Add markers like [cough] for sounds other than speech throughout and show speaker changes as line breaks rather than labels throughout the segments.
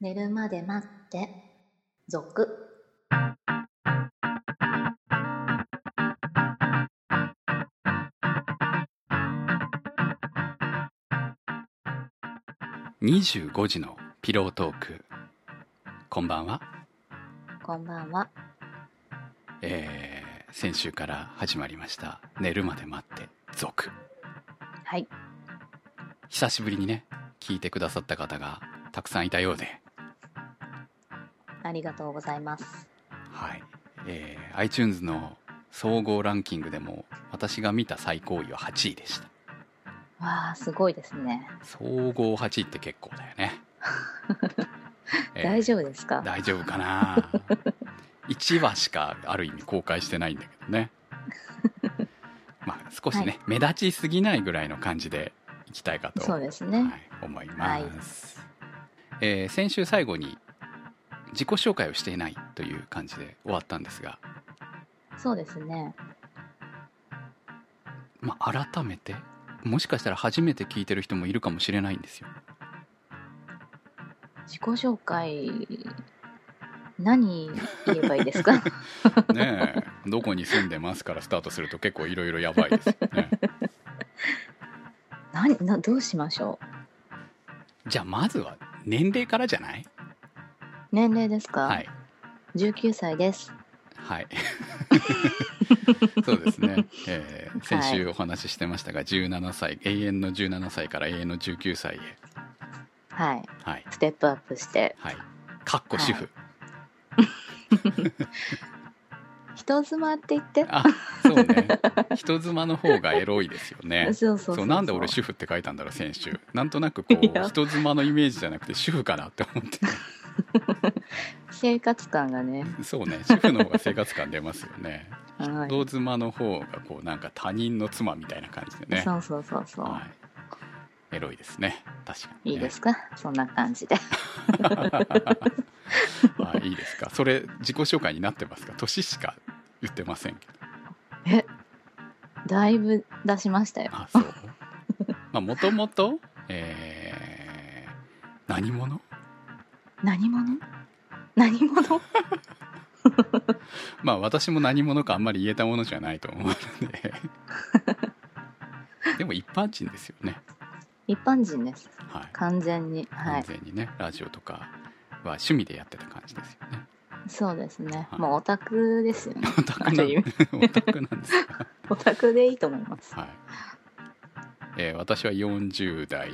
寝るまで待って続
25時のピロートークこんばんは、
こんばんは
えー先週から始まりました「寝るまで待って続
はい」
久しぶりにね聞いてくださった方がたくさんいたようで
ありがとうございます
はい、えー iTunes の総合ランキングでも私が見た最高位は8位でした
わあすごいですね、
総合8位って結構だよ [laughs] ね、
大丈
夫
夫ですか
大丈夫
[laughs]
かな1話しかある意味公開してないんだけどねまあ少しね、
は
目立ちすぎないぐらいの感じでいきたいかと
そうですね、
はい、思います、えー先週最後に自己紹介をしていないという感じで終わったんですが、
そうですね
まあ、改めてもしかしたら初めて聞いてる人もいるかもしれないんですよ
自己紹介何言えばいいですか
[laughs] ねえ [laughs] どこに住んでますからスタートすると結構いろいろやばいですよ
[laughs]
ね
何などうしましょ
じゃあまずは年齢からじゃないう
年齢ですか、
はい
19歳です
はい
[laughs]
そうですね、えー先週お話ししてましたが17歳永遠の17歳から永遠の19歳へ
はい
はい
ステップアップして
はいかっこ主婦、
人妻って言って
あそうね人妻の方がエロいですよ
[laughs]
ね
そうそ
そう
うそう
なんで俺主婦って書いたんだろう先週なんとなくこ
いうや
人妻のイメージじゃなくて主婦かなって思っ
生活感がね、
てそうね主婦の方が生活感出ますよね
はい
人妻の方がこうなんか他人の妻みたいな感じでね
そうそうそうそう、
はいエロいですね確かに
い、
ね、
いですか、そんな感じで
あいいですかそれ自己紹介になってますか年しか言ってませんけど
だいぶ出しましたよ
あそう [laughs] まあもともとえー何者
何者何者
まあ私も何者かあんまり言えたものじゃないと思うので
[laughs]
でも一般人ですよね、
一般人です
はい、
完全には
完
い
全にねラジオとかは趣味でやってた感じですよね
そうですね、
はい
もうオタクですよね
オタ
[laughs]
ク
あ
な
る意味
[laughs] オタクなんですか
[laughs] オタクでいいと思います
はい、えー私は40代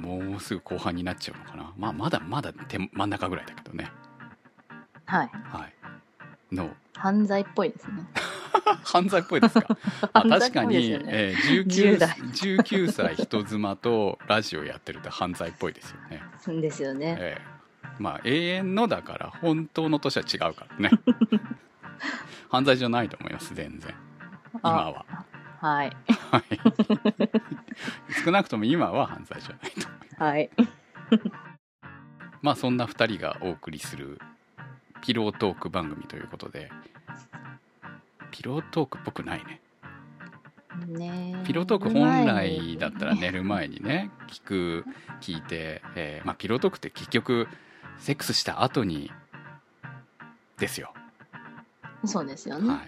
もうすぐ後半になっちゃうのかな、まあ、まだまだ手真ん中ぐらいだけどね、
はい
はい、の
犯罪っぽいですね
犯罪っぽいで
[laughs]
すかあ
犯罪
確
っぽい
か
です
に、
よね
えー 19,
10代
19歳人妻とラジオやってるって犯罪っぽいですよね、
ですよ [laughs] ね、
えーまあ永遠のだから本当の年は違うか
[laughs]
らね犯罪じゃないと思います全然今
あ
は
はい
はい少なくとも今は犯罪じゃないと
はい
まあそんな2人がお送りするピロートーク番組ということでピロートークっぽくないね
ね
ピロートーク本来だったら寝る前にね聞く聞いて、えーまあ、ピロートークって結局セックスした後にですよ、
そうですよね、
はい、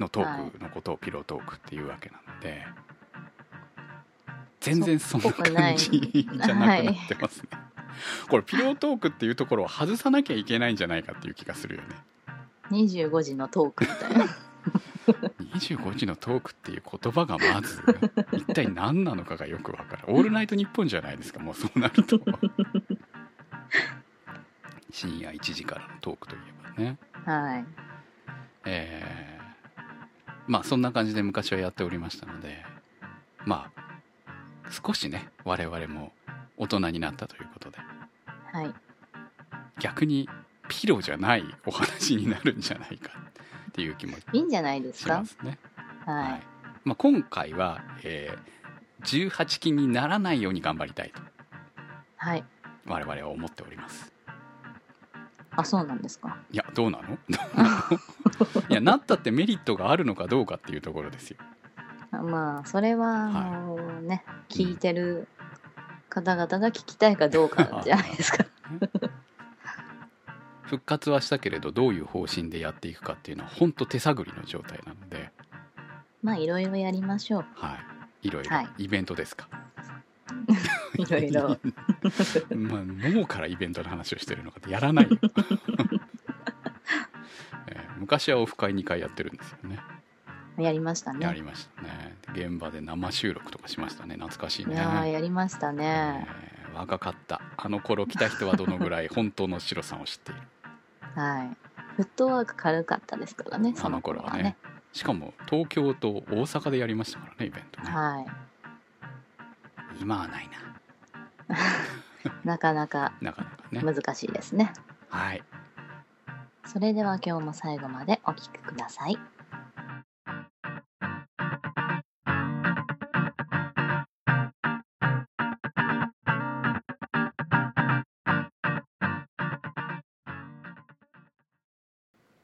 のトークのことをピロートークっていうわけなので全然そんな感じ
そっぽ
じ
くない
ゃなくなってますね、これピロートークっていうところを外さなきゃいけないんじゃないかっていう気がするよね
25時のトークみた [laughs] いな
25時のトークっていう言葉がまず一体何なのかがよくわからんオールナイトニッポンじゃないですかもうそうなると深夜1時からのトークといえばね
はい
えーまあそんな感じで昔はやっておりましたのでまあ少しね我々も大人になったということで
はい
逆にピロじゃないお話になるんじゃないかっていう気も
いいんじゃないです
し
か
ますね。
は
はいいまあ、今回は、えー18禁にならないように頑張りたいと
はい
我々は思っております
あそうなんですか
いやどうなの [laughs] いやなったってメリットがあるのかどうかっていうところですよ
あまあそれは
はい
もうね、聞いてる方々が聞きたいかどうかじゃないですか
復活はしたけれどどういう方針でやっていくかっていうのは本当手探りの状態なので、
[laughs] まあいろいろやりまし
[laughs]
ょう。
はい、いろいろ、
はい
イベントですか
いろいろ。
[laughs] まあ脳からイベントの話をしてるのかってや
[laughs]
らないよ、えー昔はオフ会2回やってるんですよね
やりました
や
ね。
りましたね現場で生収録とかしましたね懐かしい
い
ね
やーやりましたね。
えー若かったあの頃来た人はどの
[laughs]
ぐらい本当のシロさんを知っている
はい。フットワーク軽かったですからね。
あの頃はね。しかも東京と大阪でやりましたからねイベントね、
は。
今はないない
なかなか
なかなかね
難しいですね。
はい
それでは今日も最後までお聞きください。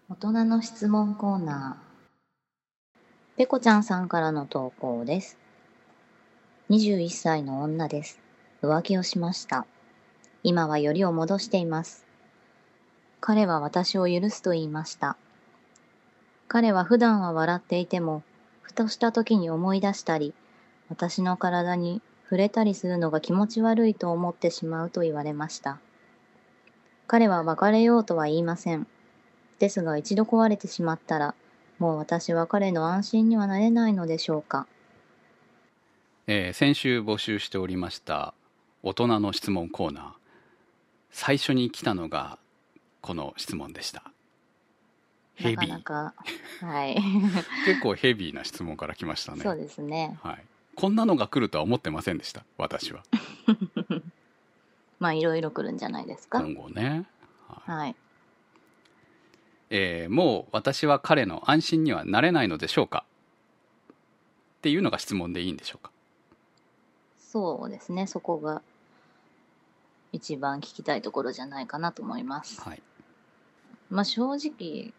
大人の質問コーナー。ペコちゃんさんからの投稿です。21歳の女です。浮気をしました。今はよりを戻しています。彼は私を許すと言いました。彼は普段は笑っていても、ふとした時に思い出したり、私の体に触れたりするのが気持ち悪いと思ってしまうと言われました。彼は別れようとは言いません。ですが一度壊れてしまったら、もう私は彼の安心にはなれないのでしょうか。
えー先週募集しておりました大人の質問コーナー最初に来たのがこの質問でしたヘ
な
ビー
かなか、はい。
結構ヘビーな質問から来ましたね
[laughs] そうですね。
はい、こんなのが来るとは思ってませんでした私は
まあいろいろ来るんじゃないですか。
今後ね、はい
はい。
えーもう私は彼の安心にはなれないのでしょうかっていうのが質問でいいんでしょうか
そうですね、そこが一番聞きたいところじゃないかなと思います。
はい
まあ正直、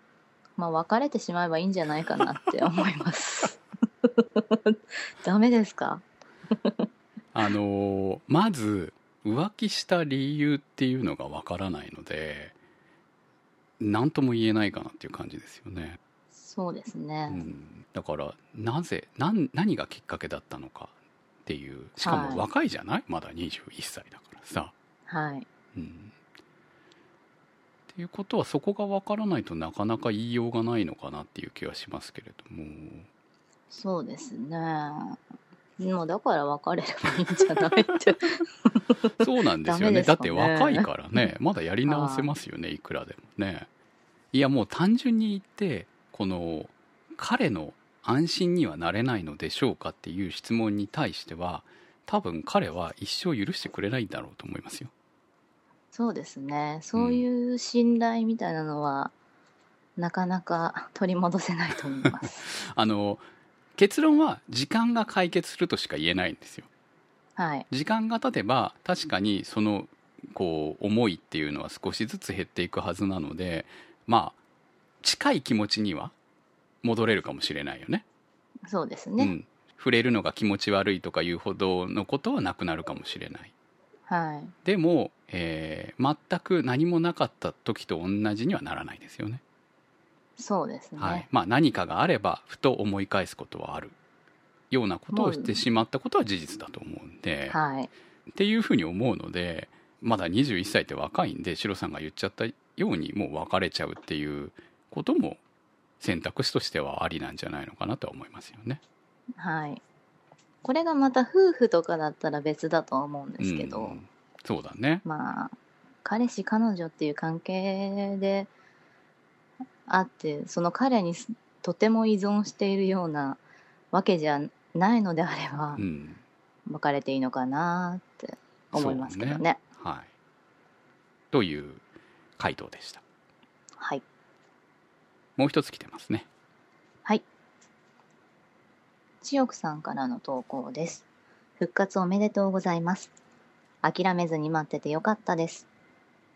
まあ別れてしまえばいいんじゃないかなって思い
[laughs]
ます。ダメですか
あのーまず浮気した理由っていうのがわからないので何とも言えないかなっていう感じですよね、
そうです
う
ね。
ん、だからなぜなん何がきっかけだったのかっていうしか
は
も
い
若いじゃない、まだ21歳だからさ、
はい。
うん、っていうことはそこがわからないとなかなか言いようがないのかなっていう気はしますけれども
そうですね。もうだから別れればいいんじゃないって。
[laughs] そうなんです
ダメ
よね
です
だ
かね
って若いからねまだやり直せますよねいくらでもねいやもう単純に言ってこの彼の安心にはなれないのでしょうかっていう質問に対しては多分彼は一生許してくれないんだろうと思いますよ
そうですね。そういう信頼みたいなのは、なかなか取り戻せないと思い
[laughs]
ます。
あの結論は時間が解決するとしか言えないんですよ
はい。
時間が経てば確かにそのこう思いっていうのは少しずつ減っていくはずなのでまあ近い気持ちには戻れるかもしれないよね
そうですね。
うん、触れるのが気持ち悪いとかいうほどのことはなくなるかもしれない
はい。
でも、えー全く何もなかった時と同じにはならないですよね
そうですね。
はいまあ、何かがあればふと思い返すことはあるようなことをしてしまったことは事実だと思うんで、
はい。
っていうふうに思うのでまだ21歳って若いんでシロさんが言っちゃったようにもう別れちゃうっていうことも選択肢としてはありなんじゃないのかなとは思いますよね。
はい。これがまた夫婦とかだったら別だとは思うんですけど、
うんそうだね
まあ、彼氏、彼女っていう関係であって、その彼にすとても依存しているようなわけじゃないのであれば
う、ん
別れていいのかなって思いますけど
そう
ね。
はい、という回答でした。
はい。
もう一つ来てますね。
はい。千代くさんからの投稿です。復活おめでとうございます。諦めずに待っててよかったです。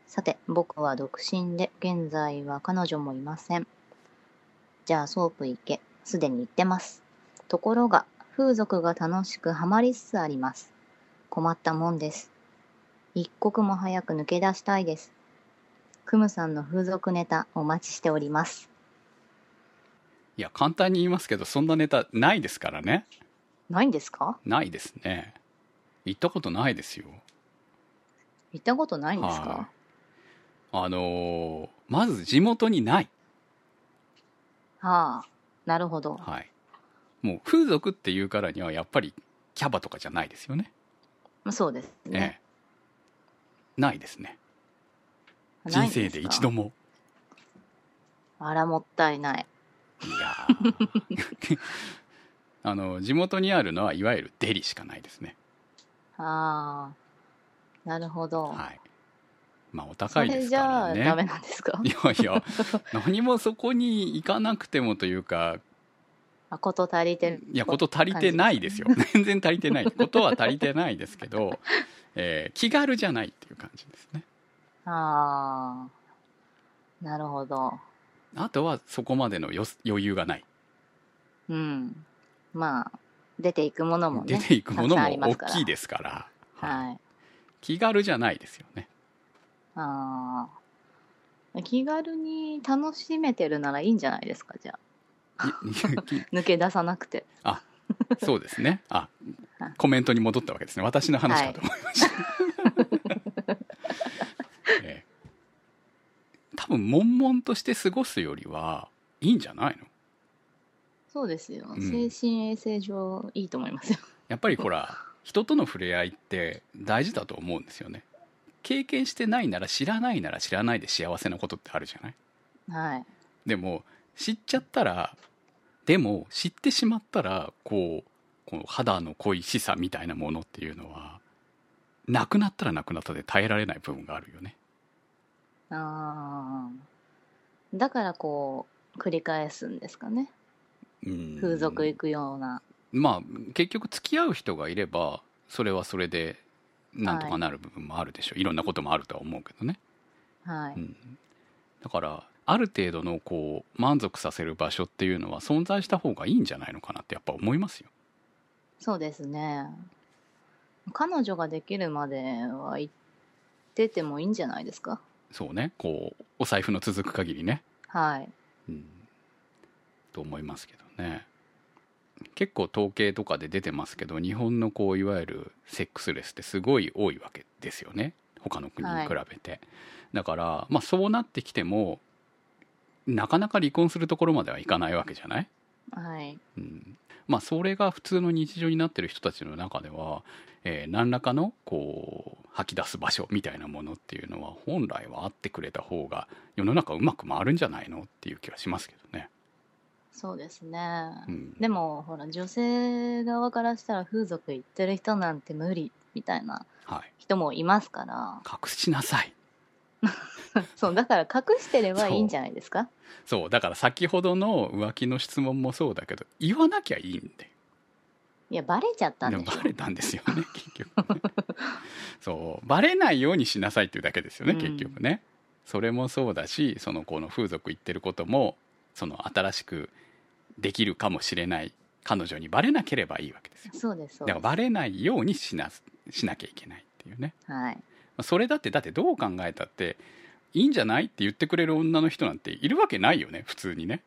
さて、僕は独身で、現在は彼女もいません。じゃあ、ソープ行け。すでに行ってます。ところが、風俗が楽しくハマりつつあります。困ったもんです。一刻も早く抜け出したいです。クムさんの風俗ネタお待ちしております。
いや簡単に言いますけどそんなネタないですからね
ないんですか
ないですね行ったことないですよ
行ったことないんです
は
か
あのーまず地元にない
はあ、なるほど。
はいもう風俗っていうからにはやっぱりキャバとかじゃないですよね
まあそうですね。
ええないですね
ないん
人
すか
生で一度。も
あら、もったいない。
いやー [laughs] あの地元にあるのはいわゆるデリしかないですね
ああ、なるほど。
はいまあお高
そ
いで
れ
す
じ
か
ゃ
ら
あ、
ね
ダメなんですか
いやいや何もそこに行かなくてもというか
あ、こと足りてる。
いやこと足りてないですよ全然足りてないことは足りてないですけど、えー気軽じゃないっていう感じですね
ああ、なるほど。
あとはそこまでのよ余裕がない、
うん。まあ、出ていくものもね。
出ていくも
たく
の
さんあり
も
ます
大
から
きいですからはい
はい。
気軽じゃないですよね
ああ。気軽に楽しめてるならいいんじゃないですか、じゃ [laughs]
い
あ。抜け出さなくて。
そうですねあ
はい
コメントに戻ったわけですね私の話かと思いました、 [laughs] えー多分悶々として過ごすよりはいいんじゃないの
そうですよ。
うん
精神衛生上いいと思いますよ。
やっぱりほら人との触れ合いって大事だと思うんですよね経験してないなら知らないなら知らないで幸せなことってあるじゃない
はい。
でも知っちゃったらでも知ってしまったらこうこの肌の恋しさみたいなものっていうのはなくなったらなくなったで耐えられない部分があるよね
ああ。だからこう、繰り返すんですかね。
うん
風俗行くような。
まあ結局付き合う人がいればそれはそれでなんとかなる部分もあるでしょう、いろんなこともあるとは思うけどね
は
う
い。
ん、だからある程度のこう満足させる場所っていうのは存在した方がいいんじゃないのかなってやっぱ思いますよ。
そうですね。彼女ができるまでは行っててもいいんじゃないですか。
そうねこうお財布の続く限りね、
はい。
うん、と思いますけどね結構統計とかで出てますけど日本のこういわゆるセックスレスってすごい多いわけですよね他の国に比べて、だから、まあ、そうなってきてもなかなか離婚するところまではいかないわけじゃない
はい。
うん、まあそれが普通の日常になってる人たちの中では、えー何らかのこう吐き出す場所みたいなものっていうのは本来はあってくれた方が世の中うまく回るんじゃないのっていう気はしますけどね。
そうですね。
うん、
でも、ほら、女性側からしたら風俗行ってる人なんて無理みたいな
はい、
人もいますから。
隠しなさい
そう、だから隠してればいいんじゃないですか。
そうだから先ほどの浮気の質問もそうだけど言わなきゃいいんで
いや、バレちゃったん
で
で
も
しょ。
バレたんですよね [laughs] 結局ねそうバレないようにしなさいっていうだけですよね
うん
結局ね、それもそうだしそのこの風俗行ってることもその新しくできるかもしれない彼女にバレなければいいわけですよ
そうです、そ
だ
う
か
で
らバレないようにしなしなきゃいけないっていうね、
す。はい。
まあそれだってだってどう考えたっていいんじゃないって言ってくれる女の人なんているわけないよね普通にね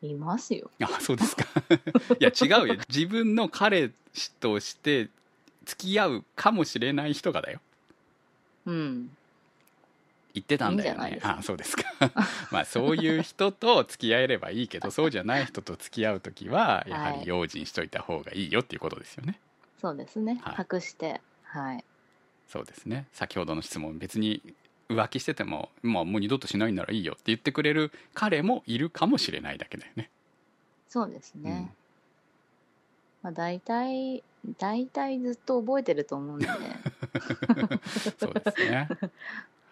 いますよ。
あそうですか [laughs] いや違うよ自分の彼氏として付き合うかもしれない人がだよ
うん。
言ってたんだ
いいんじゃ
よ
ない
ね
ですか
あそ
[laughs]
うですかまあそういう人と付き合えればいいけどそうじゃない人と付き合う時はやは
は
り
い
用心しといた方がいいよっていうことですよね、
そうですね。
はい
隠して。はい。
そうですね先ほどの質問別に浮気してても、まあ、もう二度としないならいいよって言ってくれる彼もいるかもしれないだけだよね
そうですね。まあ、大体、大体ずっと覚えてると思うん
[laughs]
で。
うん、そうです
[laughs]
ね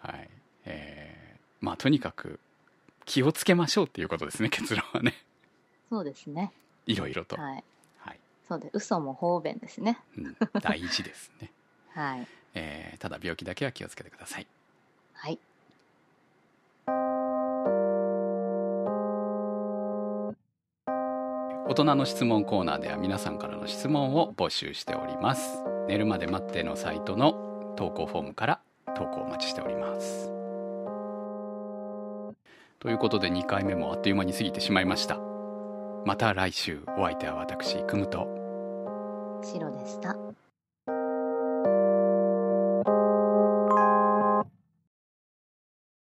はいえー、まあとにかく気をつけましょうっていうことですね結論はね
そうですね。
いろいろと、
はい。
はい
そうです。嘘も方便ですね。
うん、大事ですね
はい。
えーただ病気だけは気をつけてください
はい。
大人の質問コーナーでは皆さんからの質問を募集しております寝るまで待ってのサイトの投稿フォームから投稿お待ちしておりますということで2回目もあっという間に過ぎてしまいましたまた来週お相手は私くむと
白でした。